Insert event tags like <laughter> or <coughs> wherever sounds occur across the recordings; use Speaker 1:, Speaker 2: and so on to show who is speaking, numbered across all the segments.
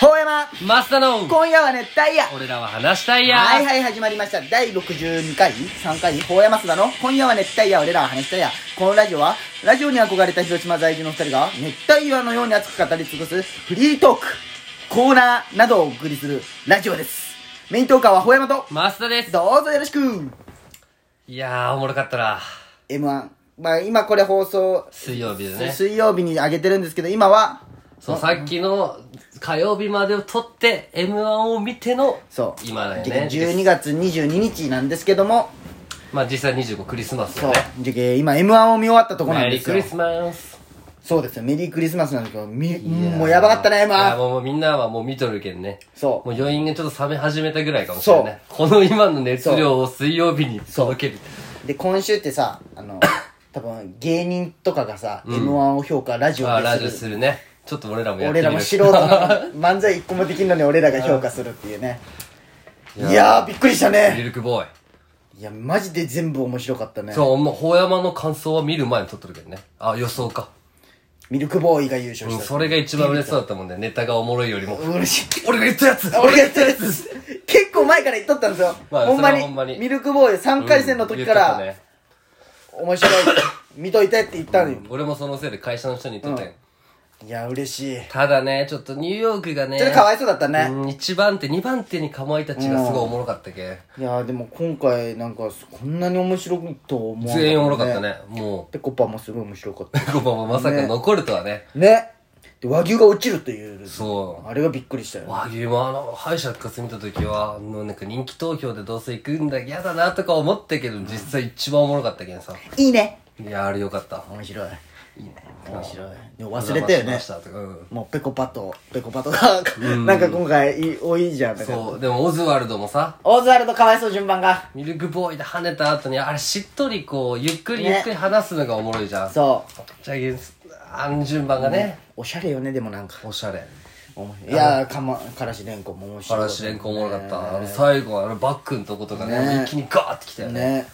Speaker 1: ほうやま
Speaker 2: マスタの
Speaker 1: 今夜は熱帯夜
Speaker 2: 俺らは話したいや
Speaker 1: はいはい始まりました第62回3回ほうやますだの今夜は熱帯夜俺らは話したいやこのラジオはラジオに憧れた広島在住の2人が熱帯夜のように熱く語り尽くすフリートークコーナーなどをお送りするラジオですメイントーカーはほうやまと
Speaker 2: マスタです
Speaker 1: どうぞよろしく
Speaker 2: いやーおもろかったな
Speaker 1: M1 まあ今これ放送
Speaker 2: 水曜日でね
Speaker 1: 水曜日に上げてるんですけど今は
Speaker 2: そうさっきの火曜日までを撮って m 1を見ての
Speaker 1: そう
Speaker 2: 今だよね
Speaker 1: 12月22日なんですけども
Speaker 2: まあ実際25クリスマス
Speaker 1: そう
Speaker 2: よね
Speaker 1: じゃけ今 M1 を見終わったとこなん
Speaker 2: メ
Speaker 1: で
Speaker 2: リー
Speaker 1: す
Speaker 2: ク
Speaker 1: よ
Speaker 2: リスマス
Speaker 1: そうですよメリークリスマスなんですけどみ
Speaker 2: いー
Speaker 1: もうやばかったね
Speaker 2: いや
Speaker 1: M1
Speaker 2: もうもうみんなはもう見とるけんね
Speaker 1: そう
Speaker 2: もう余韻がちょっと冷め始めたぐらいかもしれないこの今の熱量を水曜日に届ける
Speaker 1: で今週ってさあ
Speaker 2: <coughs>
Speaker 1: の多分芸人とかがさ、M1 を評価ラジ
Speaker 2: あ
Speaker 1: オ
Speaker 2: ーラジ
Speaker 1: で
Speaker 2: オ
Speaker 1: す
Speaker 2: す
Speaker 1: る
Speaker 2: るねちょっと俺らもやっ
Speaker 1: 俺
Speaker 2: てみ
Speaker 1: ら
Speaker 2: る
Speaker 1: も素人なのに漫才一個もできんのに俺らが評価するっていうねい
Speaker 2: や
Speaker 1: や
Speaker 2: ー
Speaker 1: ーびっくりした
Speaker 2: ミ
Speaker 1: ね
Speaker 2: ルクボーイ
Speaker 1: いやマジで全部面白かったね
Speaker 2: そう、もう、ほうやまの感想は見る前に撮っとるけどね。あ、予想か。
Speaker 1: ミルクボーイが優勝
Speaker 2: う
Speaker 1: し
Speaker 2: ん、
Speaker 1: た、
Speaker 2: それが一番嬉しそうだったもんね。ネタがおもろいよりも。
Speaker 1: 嬉しい
Speaker 2: 俺が言ったやつ
Speaker 1: 俺がやったやつ結構前から言っとったんですよ、
Speaker 2: まあ
Speaker 1: ほんま
Speaker 2: それはほんま
Speaker 1: に
Speaker 2: に
Speaker 1: ミルクボーイ3回戦の時か
Speaker 2: うん
Speaker 1: ら、
Speaker 2: 言っとっ
Speaker 1: 面白い見といてって言ったの
Speaker 2: た
Speaker 1: に
Speaker 2: ね、俺もそのせいで会社の人に言っとったよ
Speaker 1: いや嬉しい
Speaker 2: ただね、ちょっとニューヨークがね。
Speaker 1: ちょっとかわいそうだったね
Speaker 2: うん、1番手、2番手にかまいたちがすごいおもろかったけ。
Speaker 1: いやーでも今回なんかこんなに面白いと思う、
Speaker 2: 全員おもろかったね。も
Speaker 1: ぺこぱもすごい面白かっ
Speaker 2: う、ごまもまさか残るとはね。
Speaker 1: た <laughs> ねで和牛が落ちるという
Speaker 2: そう。
Speaker 1: あれがびっくりしたよ、ね、
Speaker 2: 和牛もあの、敗者復活見た時は、あの、なんか人気投票でどうせ行くんだ、嫌だなとか思ったけど、実際一番おもろかったけんさ。
Speaker 1: いいね
Speaker 2: いや、あれよかった。
Speaker 1: 面白い
Speaker 2: いいね。
Speaker 1: 面白いでも忘れたよね
Speaker 2: しましたとかうん
Speaker 1: もうぺこぱとぺこぱとが <laughs> なんか今回いい多いじゃんだから
Speaker 2: そう、でもオズワルドもさ、
Speaker 1: オズワルドかわいそう順番が
Speaker 2: ミルクボーイで跳ねた後に、あれしっとりこう、ゆっくりゆっくり話すのがおもろいじゃん。
Speaker 1: そ
Speaker 2: じゃあ、あの順番がね、
Speaker 1: うおしゃれよねでもなんか
Speaker 2: おしゃれ。
Speaker 1: 面白いいやーか,、ま、からしれんこも面白
Speaker 2: か
Speaker 1: い
Speaker 2: らしれんこおもろかった。あの最後、あのバックのとことか
Speaker 1: ね
Speaker 2: ね、一気にガーってきたよね。
Speaker 1: ね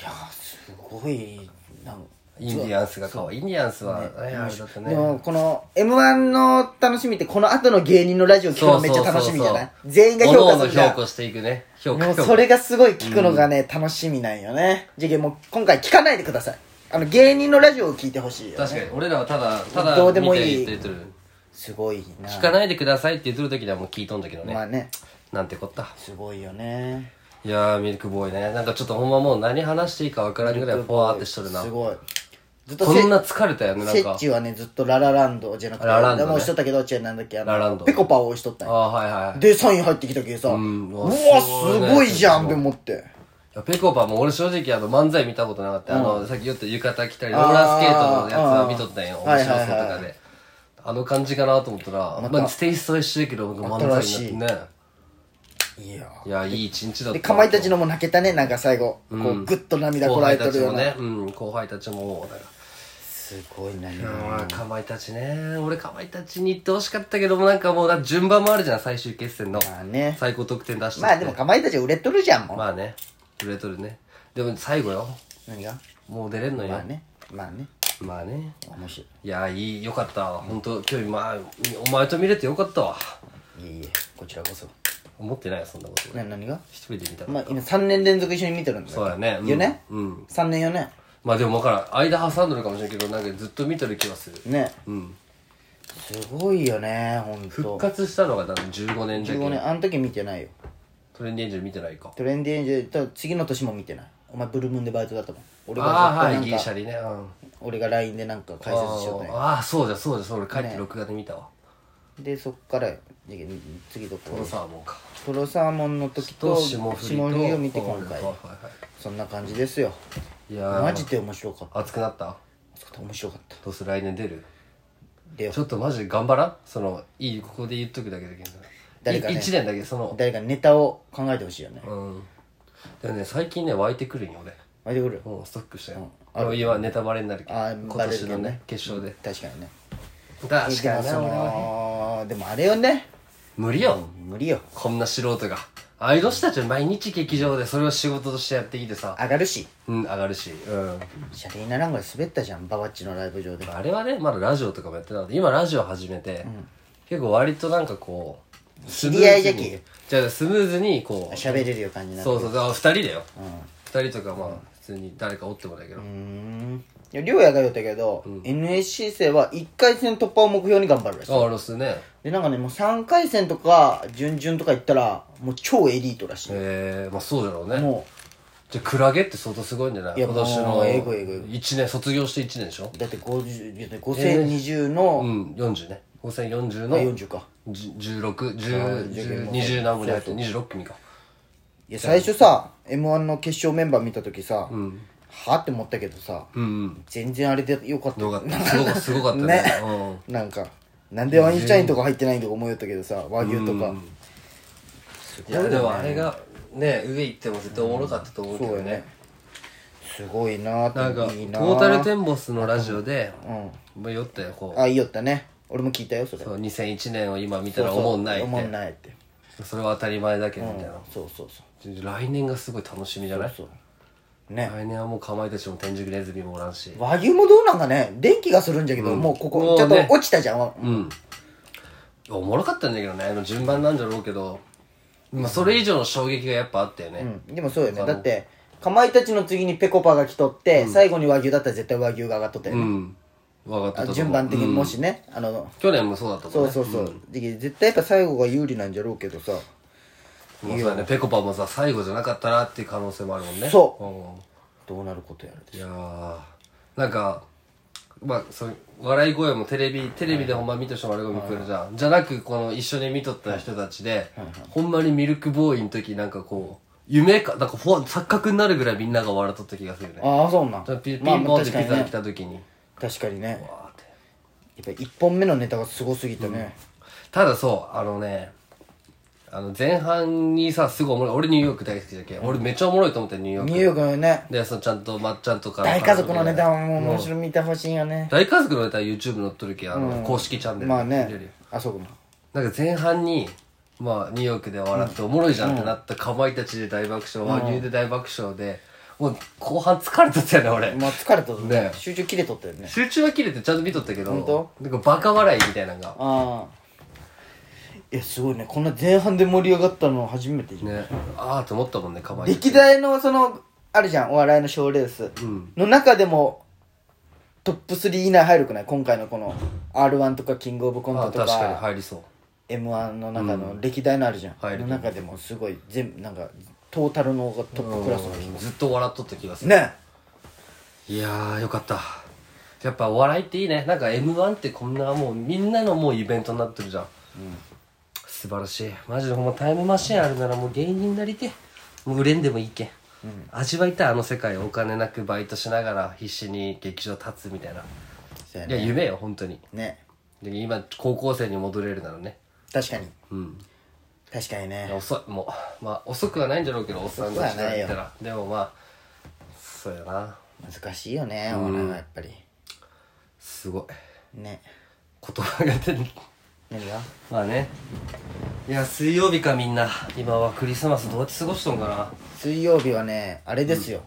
Speaker 1: いやーすごいなん
Speaker 2: インディアンスが可愛い。インディアンスは、ね、あれだった
Speaker 1: で
Speaker 2: ね。
Speaker 1: もこの m 1の楽しみってこの後の芸人のラジオ聞く
Speaker 2: そ
Speaker 1: の
Speaker 2: う
Speaker 1: めっ
Speaker 2: そ
Speaker 1: ちゃ
Speaker 2: うそ
Speaker 1: 楽
Speaker 2: う
Speaker 1: しみじゃない
Speaker 2: そう。
Speaker 1: 全員が評価する
Speaker 2: 各
Speaker 1: じゃ
Speaker 2: 々
Speaker 1: ん
Speaker 2: 評価していくね。評
Speaker 1: も
Speaker 2: 価
Speaker 1: う
Speaker 2: 評
Speaker 1: そ
Speaker 2: 価。
Speaker 1: れがすごい聞くのがね、楽しみなんよねじゃけもう今回聞かないでくださいあの芸人のラジオを聞いてほしいよ、ね、
Speaker 2: 確かに、俺らはただ、ただ、
Speaker 1: どうでもいい
Speaker 2: 見て言ってる。
Speaker 1: すごいな
Speaker 2: 聞かないでくださいって言ってる時にはもう聞いとんだけどね。
Speaker 1: まあね
Speaker 2: なんてこった。
Speaker 1: すごいよね
Speaker 2: いやーミルクボーイねなんかちょっとほんまもう何話していいか分からんぐらいフォワーってしとるな
Speaker 1: すごいずっと
Speaker 2: こ
Speaker 1: せ
Speaker 2: んな疲れたよねなん
Speaker 1: セッ
Speaker 2: か
Speaker 1: チはねずっとララランドじゃなくて
Speaker 2: ラランドね
Speaker 1: もうしとったけど違うなんだっけあの
Speaker 2: ラランド
Speaker 1: ペコパをしとったん
Speaker 2: あ
Speaker 1: よ
Speaker 2: あはいはいい
Speaker 1: でサイン入ってきたけどさ、うんわ
Speaker 2: うわ
Speaker 1: すごいじゃんって思って
Speaker 2: やペコパも俺正直あの漫才見たことなかった、あのさっき言った浴衣着たりローラースケートのやつは見とったんよ
Speaker 1: あー
Speaker 2: 面白そうと
Speaker 1: はいはい
Speaker 2: か
Speaker 1: は
Speaker 2: であの感じかなと思ったら、まあ、テイストは一緒だけど僕漫才になってね
Speaker 1: いや
Speaker 2: いやいい一日だった
Speaker 1: でかまいたちのも泣けたねなんか最後、こうグッと涙こ
Speaker 2: 後
Speaker 1: らえ
Speaker 2: 輩
Speaker 1: と
Speaker 2: た
Speaker 1: る
Speaker 2: ち
Speaker 1: よ
Speaker 2: も
Speaker 1: うな、
Speaker 2: ね、うん、後輩たちもだか
Speaker 1: すごいな
Speaker 2: らまあかまいたちね俺かまいたちに行ってほしかったけどもなんかもうだって順番もあるじゃん最終決戦の
Speaker 1: まあね
Speaker 2: 最高得点出して
Speaker 1: まあでもかまいたちは売れとるじゃんもう、
Speaker 2: まあね、売れとるね。でも最後よ。
Speaker 1: 何が
Speaker 2: もう出れんのよ。
Speaker 1: まあねまあね
Speaker 2: まあね
Speaker 1: 面白
Speaker 2: いや、いい、よかったわ。ほんと、今日、まあ、お前と見れてよかったわ。
Speaker 1: いいいえこちらこそ
Speaker 2: 思ってないよ、そんなこと。
Speaker 1: な何が
Speaker 2: 一人で見たら。
Speaker 1: まあ今3年連続一緒に見てるんだ
Speaker 2: そうだねうん
Speaker 1: よね、
Speaker 2: うん
Speaker 1: 3年よね
Speaker 2: まあでも分からん。間挟んどるかもしれんけど、なんかずっと見てる気がする。
Speaker 1: ね
Speaker 2: うん。
Speaker 1: すごいよねほん
Speaker 2: 復
Speaker 1: と
Speaker 2: 活したのが多分15年じゃけ
Speaker 1: 15
Speaker 2: ん。
Speaker 1: 年あの時見てないよ
Speaker 2: トレンディエンジェル見てないか。
Speaker 1: トレンディエンジェルと次の年も見てないお前ブルームーンでバイトだったもん俺
Speaker 2: ああ、
Speaker 1: がずっとな
Speaker 2: は、
Speaker 1: いん
Speaker 2: ギ
Speaker 1: か、
Speaker 2: リシャリね。うん。
Speaker 1: 俺が LINE でなんか解説しようとね
Speaker 2: ああ、そうじゃ、そうじゃ、そう俺帰って録画で見たわ。
Speaker 1: でそっからじゃ次ど
Speaker 2: こ
Speaker 1: こ
Speaker 2: のサーモンか。
Speaker 1: トロサーモンの時と
Speaker 2: と、
Speaker 1: 霜
Speaker 2: 霜
Speaker 1: 降
Speaker 2: 降
Speaker 1: り
Speaker 2: りと。
Speaker 1: を見て今回
Speaker 2: はいはいは
Speaker 1: そんな感じですよ
Speaker 2: い。いやー
Speaker 1: マジで面白かっ
Speaker 2: 熱くなった
Speaker 1: た面白かった
Speaker 2: どうする来年出る
Speaker 1: で
Speaker 2: ちょっとマジで頑張らんそのいいここで言っとくだけだけど
Speaker 1: 誰かね
Speaker 2: 1年だけその
Speaker 1: 誰かネタを考えてほしいよね
Speaker 2: うんでもね最近ね湧いてくるんよ俺
Speaker 1: 湧いてくる
Speaker 2: もうストックしたよ、もう今ネタバレになるけど
Speaker 1: あー
Speaker 2: 今
Speaker 1: バレる
Speaker 2: 年
Speaker 1: けどね
Speaker 2: のね決勝で
Speaker 1: 確かにね
Speaker 2: 確かに
Speaker 1: で
Speaker 2: な
Speaker 1: も
Speaker 2: 俺は
Speaker 1: そのでもあれよね
Speaker 2: 無理よ、
Speaker 1: 無理よ
Speaker 2: こんな素人がああいう人たちは毎日劇場でそれを仕事としてやってきてさ
Speaker 1: 上がるし
Speaker 2: うん上がるしうん
Speaker 1: シャレにならんぐらい滑ったじゃんババッチのライブ上で
Speaker 2: あれはねまだラジオとかもやってなかった今ラジオ始めて、結構割となんかこう知
Speaker 1: り合いじゃけ
Speaker 2: じゃあスムーズにこう
Speaker 1: 喋れるよ感じになって
Speaker 2: そうそう
Speaker 1: う
Speaker 2: だから二人だよ
Speaker 1: うん
Speaker 2: 二人とかまあ普通に誰かおってもだけど、
Speaker 1: うーんいや亮也が言ったけど、NSC 生は1回戦突破を目標に頑張るらしい
Speaker 2: ああロスね
Speaker 1: でなんかねもう3回戦とか準々とか行ったらもう超エリートらしい、
Speaker 2: えー、まあそうだろうね
Speaker 1: も
Speaker 2: じゃあクラゲって相当すごいんじゃない
Speaker 1: いや
Speaker 2: 今年
Speaker 1: もう
Speaker 2: の
Speaker 1: えぐいえぐい
Speaker 2: 一年卒業して一年でしょ
Speaker 1: うだって50いや5020の、
Speaker 2: うん40ね5040
Speaker 1: あ
Speaker 2: の
Speaker 1: 40か
Speaker 2: 1620何本に入って26組か
Speaker 1: いや最初さ m 1の決勝メンバー見た時さ、はあって思ったけどさ、
Speaker 2: うんうん
Speaker 1: 全然あれでよかった
Speaker 2: よ
Speaker 1: <laughs>
Speaker 2: かったすごかすごかったね
Speaker 1: ね
Speaker 2: うん
Speaker 1: なんかなんでワインシャインとか入ってないんとか思いよったけどさ和牛とか、す
Speaker 2: い
Speaker 1: ごいよ
Speaker 2: や
Speaker 1: ね
Speaker 2: でもあれがね上行っても絶対おもろかったと思うけ
Speaker 1: そう
Speaker 2: ど
Speaker 1: よね
Speaker 2: ね
Speaker 1: すごいなー
Speaker 2: なんかト
Speaker 1: いいな
Speaker 2: ータルテンボスのラジオで
Speaker 1: うん
Speaker 2: まあ酔ったよこ
Speaker 1: あいいよったね俺も聞いたよそれ
Speaker 2: うそう2001年を今見たら思んない
Speaker 1: そうそうおもん
Speaker 2: って
Speaker 1: ないって
Speaker 2: それは当たり前だけどみたいな
Speaker 1: そうそうそう
Speaker 2: 来年がすごい楽しみじゃない
Speaker 1: そうね
Speaker 2: 来年はもうかまいたちも天竺ネズミもおらんし
Speaker 1: 和牛もどうなんかね電気がするんじゃけど、もうこ
Speaker 2: も
Speaker 1: こ
Speaker 2: う
Speaker 1: ちょっと
Speaker 2: ね
Speaker 1: 落ちたじゃん、
Speaker 2: うんおもろかったんだけどねあの順番なんじゃろうけど、まあ、それ以上の衝撃がやっぱあったよね、
Speaker 1: うんでもそうよねだってかまいたちの次にぺこぱが来とって、最後に和牛だったら絶対和牛が上がっとったよ
Speaker 2: う
Speaker 1: ね、
Speaker 2: ん分かって
Speaker 1: あ
Speaker 2: たと思う
Speaker 1: 順番的に
Speaker 2: うん
Speaker 1: もしね、あの
Speaker 2: 去年もそうだったも
Speaker 1: そ
Speaker 2: ん
Speaker 1: う
Speaker 2: ね
Speaker 1: そうそう、で絶対やっぱ最後が有利なんじゃろうけどさ
Speaker 2: まあそうだねぺこぱもさ最後じゃなかったなっていう可能性もあるもんね
Speaker 1: そどうなることやる
Speaker 2: うんいやーなんかまあそう笑い声もテレビテレビでほんま見た人もあれが見くるじゃん、じゃなくこの一緒に見とった人たちで、ほんまにミルクボーイの時なんかこう夢かなんかほわ錯覚になるぐらいみんなが笑っとった気がするね
Speaker 1: ああそうなん
Speaker 2: じゃあピピン
Speaker 1: まあま
Speaker 2: ポ
Speaker 1: あ
Speaker 2: ンって
Speaker 1: 確か
Speaker 2: ピ
Speaker 1: に
Speaker 2: ザ
Speaker 1: ね
Speaker 2: 来た時に、
Speaker 1: 確かにね
Speaker 2: わーって
Speaker 1: やっぱ1本目のネタがすごすぎてね、
Speaker 2: ただそうあのねあの前半にさすごいおもろい俺ニューヨーク大好きだけ、ん、俺めっちゃおもろいと思ってニューヨーク
Speaker 1: ニューヨークのね
Speaker 2: でそのちゃんとまっちゃんとか
Speaker 1: 大家族のネタはもう面白い見てほしいよね
Speaker 2: 大家族のネタは YouTube 載っとるけあの、公式チャンネル
Speaker 1: まあ
Speaker 2: 見れるよ
Speaker 1: ねあそうかも
Speaker 2: なんか前半にまあニューヨークで笑っておもろいじゃんってなったかまいたちで大爆笑和牛で大爆笑でもう後半疲れとったよね俺、
Speaker 1: まあ疲れたぞ
Speaker 2: ね
Speaker 1: 集中切れとったよね
Speaker 2: 集中は切れてちゃんと見とったけど
Speaker 1: 本当
Speaker 2: なんかバカ笑いみたいなのが
Speaker 1: ああいやすごいねこんな前半で盛り上がったの初めてじゃん
Speaker 2: ねああと思ったもんねかまいたち
Speaker 1: 歴代のそのあるじゃんお笑いの賞レース
Speaker 2: ん
Speaker 1: の中でもトップ3以内入るくない今回のこの r 1とかキングオブコン
Speaker 2: あ
Speaker 1: ト
Speaker 2: あ
Speaker 1: と
Speaker 2: 確かに
Speaker 1: か
Speaker 2: 入りそう
Speaker 1: m 1の中の歴代のあるじゃん、
Speaker 2: 入る
Speaker 1: の中でもすごい全部なんかトータルのがトップクラスの気も
Speaker 2: ずっと笑っとった気がする
Speaker 1: ね
Speaker 2: いやーよかったやっぱお笑いっていいねなんか m 1ってこんなもうみんなのもうイベントになってるじゃん、素晴らしいマジでほんまタイムマシンあるならもう芸人になりてえもう売れんでもいいけん、味わいたいあの世界お金なくバイトしながら必死に劇場立つみたいな、
Speaker 1: そうや
Speaker 2: いや
Speaker 1: ね
Speaker 2: 夢よ本当に
Speaker 1: ね
Speaker 2: で今高校生に戻れるならね
Speaker 1: 確かに
Speaker 2: うん
Speaker 1: 確かにね
Speaker 2: 遅いもうまあ遅くはないんじゃろうけどおっさんたちから言ったらでもまあそうやな
Speaker 1: 難しいよねお笑いはやっぱり
Speaker 2: すごい
Speaker 1: ね
Speaker 2: 言葉が出て
Speaker 1: 何が
Speaker 2: まあねいや水曜日かみんな今はクリスマスどうやって過ごしとんかな
Speaker 1: 水曜日はねあれですよ、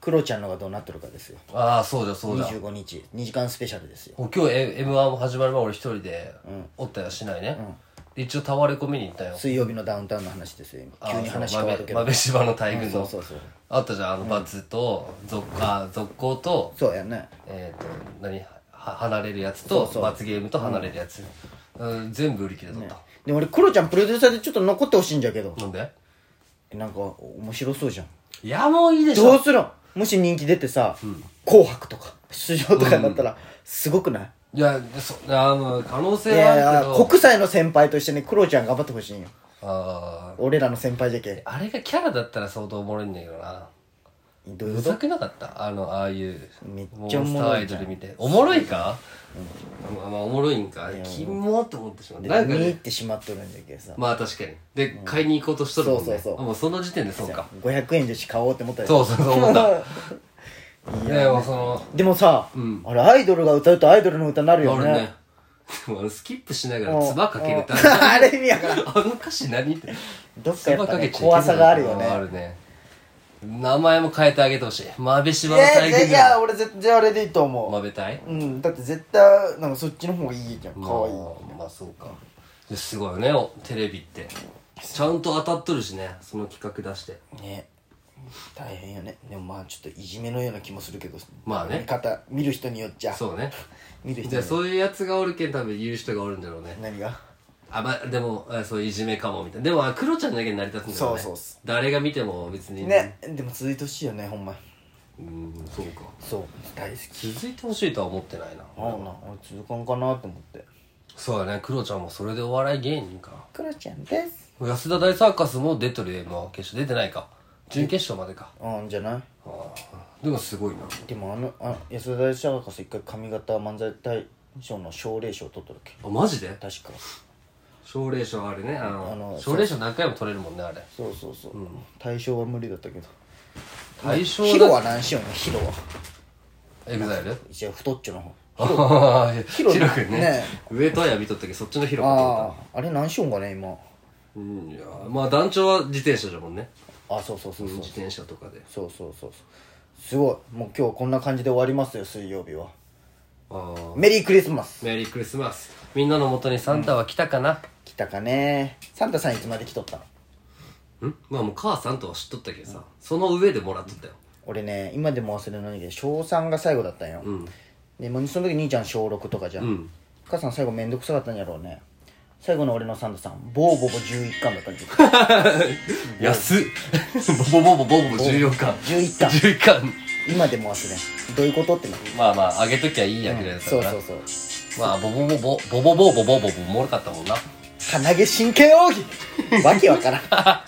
Speaker 1: クロちゃんのがどうなってるかですよ
Speaker 2: ああそうじゃそうじゃ
Speaker 1: 25日2時間スペシャルですよ
Speaker 2: もう今日 m 1も始まる前俺一人でおったりはしないね、で一応タワレコ見に行ったよ
Speaker 1: 水曜日のダウンタウンの話ですよ今
Speaker 2: あ
Speaker 1: 急に話変わるけど
Speaker 2: 豆柴の大群の、
Speaker 1: そうそうそう
Speaker 2: あったじゃんあのバツと、ゾッあ続行と
Speaker 1: そうやね
Speaker 2: えっ、と何は離れるやつと罰ゲームと離れるやつ、うん全部売り切れとった、
Speaker 1: で俺クロちゃんプロデューサーでちょっと残ってほしいんじゃけど
Speaker 2: なんで
Speaker 1: えなんか面白そうじゃん
Speaker 2: いやもういいでしょ
Speaker 1: どうするんもし人気出てさ「紅白」とか出場とかになったら、すごくない
Speaker 2: いやそあの可能
Speaker 1: い
Speaker 2: 性はあ
Speaker 1: やい
Speaker 2: るけど
Speaker 1: や国際の先輩としてねクロちゃん頑張ってほしいんよ
Speaker 2: あー
Speaker 1: 俺らの先輩じゃけ
Speaker 2: あれがキャラだったら相当おもろいんだけどな
Speaker 1: どういう
Speaker 2: う
Speaker 1: こ
Speaker 2: ざ
Speaker 1: と
Speaker 2: くなかったあのああいう
Speaker 1: めっ
Speaker 2: モン
Speaker 1: ちゃお
Speaker 2: ス
Speaker 1: も
Speaker 2: ター
Speaker 1: ろ
Speaker 2: アイ
Speaker 1: いじ
Speaker 2: ド
Speaker 1: ゃん
Speaker 2: ル見ておもろいか、まあまあおもろいんかキモって思ってしまった
Speaker 1: で
Speaker 2: なんか
Speaker 1: 見入っ
Speaker 2: ね
Speaker 1: てしまっとるんだけどさ、
Speaker 2: まあ確かにで、買いに行こうとしとるもんね
Speaker 1: そうそうそう
Speaker 2: もうその時点でそうか
Speaker 1: 500円女子買おうって思ったよ
Speaker 2: そうそうそう思っ
Speaker 1: <laughs>
Speaker 2: た
Speaker 1: い
Speaker 2: い
Speaker 1: や
Speaker 2: やもうその
Speaker 1: でもさ、
Speaker 2: うん
Speaker 1: あれアイドルが歌うとアイドルの歌になるよ
Speaker 2: 俺
Speaker 1: ね
Speaker 2: ね <laughs> でもあのスキップしなが
Speaker 1: う
Speaker 2: ら
Speaker 1: ん
Speaker 2: 唾かけるって
Speaker 1: うん
Speaker 2: あ
Speaker 1: <laughs> あれ意味やからん
Speaker 2: <laughs> のあの歌詞何って
Speaker 1: どっかやっぱ、
Speaker 2: 唾
Speaker 1: ね、
Speaker 2: けちゃいけない
Speaker 1: 怖さがあるよね
Speaker 2: あるね名前も変えてあげてほしいまべし
Speaker 1: い
Speaker 2: ばの
Speaker 1: や
Speaker 2: 大
Speaker 1: いや
Speaker 2: 群
Speaker 1: いや
Speaker 2: が
Speaker 1: 俺絶対あれでいいと思、
Speaker 2: まべたいう
Speaker 1: うんだって絶対なんかそっちの方がいいじゃん可愛い
Speaker 2: まあまあそうかですごいよねおテレビってちゃんと当たっとるしねその企画出して
Speaker 1: ね大変よねでもまあちょっといじめのような気もするけど
Speaker 2: まあね
Speaker 1: 見方見る人によっちゃ
Speaker 2: そ
Speaker 1: <laughs>
Speaker 2: うね
Speaker 1: 見る人に
Speaker 2: じゃ
Speaker 1: よ
Speaker 2: あ
Speaker 1: っちゃ
Speaker 2: そういうやつがおるけん多分言う人がおるんだろうね
Speaker 1: 何が
Speaker 2: あまあでもあそういじめかもみたいなでもあクロちゃんだけに成り立つんだよね
Speaker 1: そうそうっす
Speaker 2: 誰が見ても別に
Speaker 1: ねでも続いてほしいよねほんま
Speaker 2: うんそうか
Speaker 1: そう大好き
Speaker 2: 続いてほしいとは思ってないな
Speaker 1: ああな俺続かんかなと思って
Speaker 2: そうだねクロちゃんもそれでお笑い芸人か
Speaker 1: クロちゃんです
Speaker 2: 安田大サーカスも出とるよ今決勝出てないか準決勝までか
Speaker 1: うんじゃない
Speaker 2: あーでもすごいな
Speaker 1: でもあのあ安田大社博士一回髪型漫才大賞の奨励賞取っただけ
Speaker 2: あマジで
Speaker 1: 確か
Speaker 2: 奨励賞あれねあの
Speaker 1: あの
Speaker 2: 奨励賞何回も取れるもんねあれ
Speaker 1: そうそうそう、大賞は無理だったけど
Speaker 2: 大賞
Speaker 1: ヒロは何しようねヒロは
Speaker 2: エグザイル
Speaker 1: 一応太っちょの方
Speaker 2: ああヒ
Speaker 1: ロ
Speaker 2: ロ君ね
Speaker 1: ね
Speaker 2: 上戸彩見とったけどそっちのヒロかと思っ
Speaker 1: あああれ何しようんかね今
Speaker 2: たうんいやまあ団長は自転車じゃもんね
Speaker 1: あそうそうそうそう、
Speaker 2: 自転車とかで
Speaker 1: そうそうそうそうすごいもう今日こんな感じで終わりますよ水曜日は
Speaker 2: ああ
Speaker 1: メリークリスマス
Speaker 2: メリークリスマスみんなのもとにサンタは来たかな
Speaker 1: 来たかねサンタさんいつまで来とったの
Speaker 2: んまあもう母さんとは知っとったけどさその上でもらっとったよ
Speaker 1: 俺ね今でも忘れないけど小3が最後だったんよ、
Speaker 2: うん
Speaker 1: でもうその時兄ちゃん小6とかじゃん、
Speaker 2: うん
Speaker 1: 母さん最後めんどくさかったんやろうね最後の俺のサンタさんボーボボ11巻だ
Speaker 2: <laughs>
Speaker 1: ったんだけど
Speaker 2: 安っボボボボボボボ14巻
Speaker 1: 11巻
Speaker 2: 11巻
Speaker 1: 今でも忘れんどういうことってな
Speaker 2: まあまああげときゃいいやぐらいだったか
Speaker 1: そう
Speaker 2: ら
Speaker 1: そうそう
Speaker 2: まあボボボボボボボボボボボボもろかったもんな
Speaker 1: 鼻毛神経奥義わけわ
Speaker 2: <laughs>
Speaker 1: からん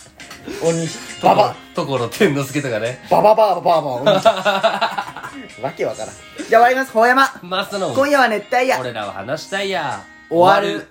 Speaker 1: 鬼ババ
Speaker 2: ところ天之助とかね
Speaker 1: バババババ
Speaker 2: <laughs>
Speaker 1: ババ鬼わけわからん
Speaker 3: じゃあ終わります、ほうやま。
Speaker 2: マスターの
Speaker 3: 今夜は熱帯夜。
Speaker 2: 俺らは話したいや
Speaker 3: 終わる